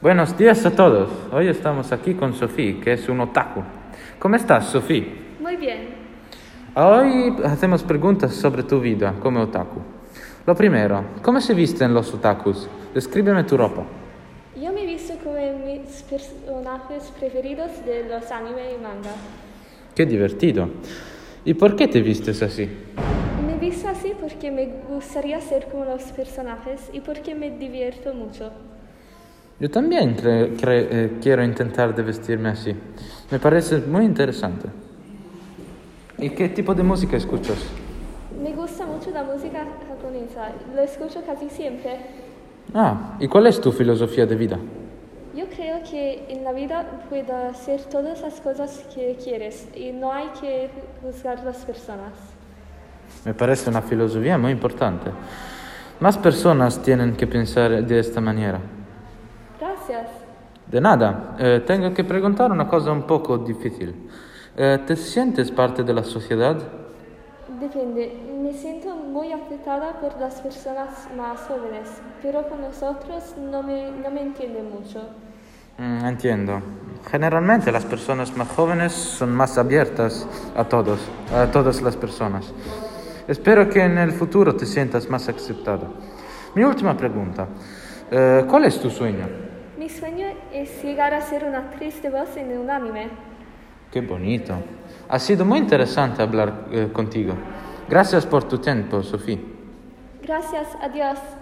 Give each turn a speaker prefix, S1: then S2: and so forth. S1: Buenos días a todos. Hoy estamos aquí con Sofía, que es un otaku. ¿Cómo estás, Sofía?
S2: Muy bien.
S1: Hoy hacemos preguntas sobre tu vida como otaku. Lo primero, ¿cómo se visten los otakus? Descríbeme tu ropa.
S2: Yo me he visto como mis personajes preferidos de los anime y manga.
S1: Qué divertido. ¿Y por qué te vistes así?
S2: Me he visto así porque me gustaría ser como los personajes y porque me divierto mucho.
S1: Yo también cre- cre- eh, quiero intentar de vestirme así. Me parece muy interesante. ¿Y qué tipo de música escuchas?
S2: Me gusta mucho la música japonesa, lo escucho casi siempre.
S1: Ah, ¿y cuál es tu filosofía de vida?
S2: Yo creo que en la vida puedes hacer todas las cosas que quieres y no hay que juzgar las personas.
S1: Me parece una filosofía muy importante. Más personas tienen que pensar de esta manera.
S2: Gracias.
S1: De nada, eh, tengo que preguntar una cosa un poco difícil. Eh, ¿Te sientes parte de la sociedad?
S2: Depende, me siento muy afectada por las personas más jóvenes, pero con nosotros no me, no me entienden mucho.
S1: Mm, entiendo. Generalmente las personas más jóvenes son más abiertas a todos, a todas las personas. Espero que en el futuro te sientas más aceptada. Mi última pregunta. Eh, ¿Cuál es tu sueño?
S2: Mi sueño es llegar a ser una actriz de voz en un anime.
S1: Qué bonito. Ha sido muy interesante hablar eh, contigo. Gracias por tu tiempo, Sofía.
S2: Gracias, adiós.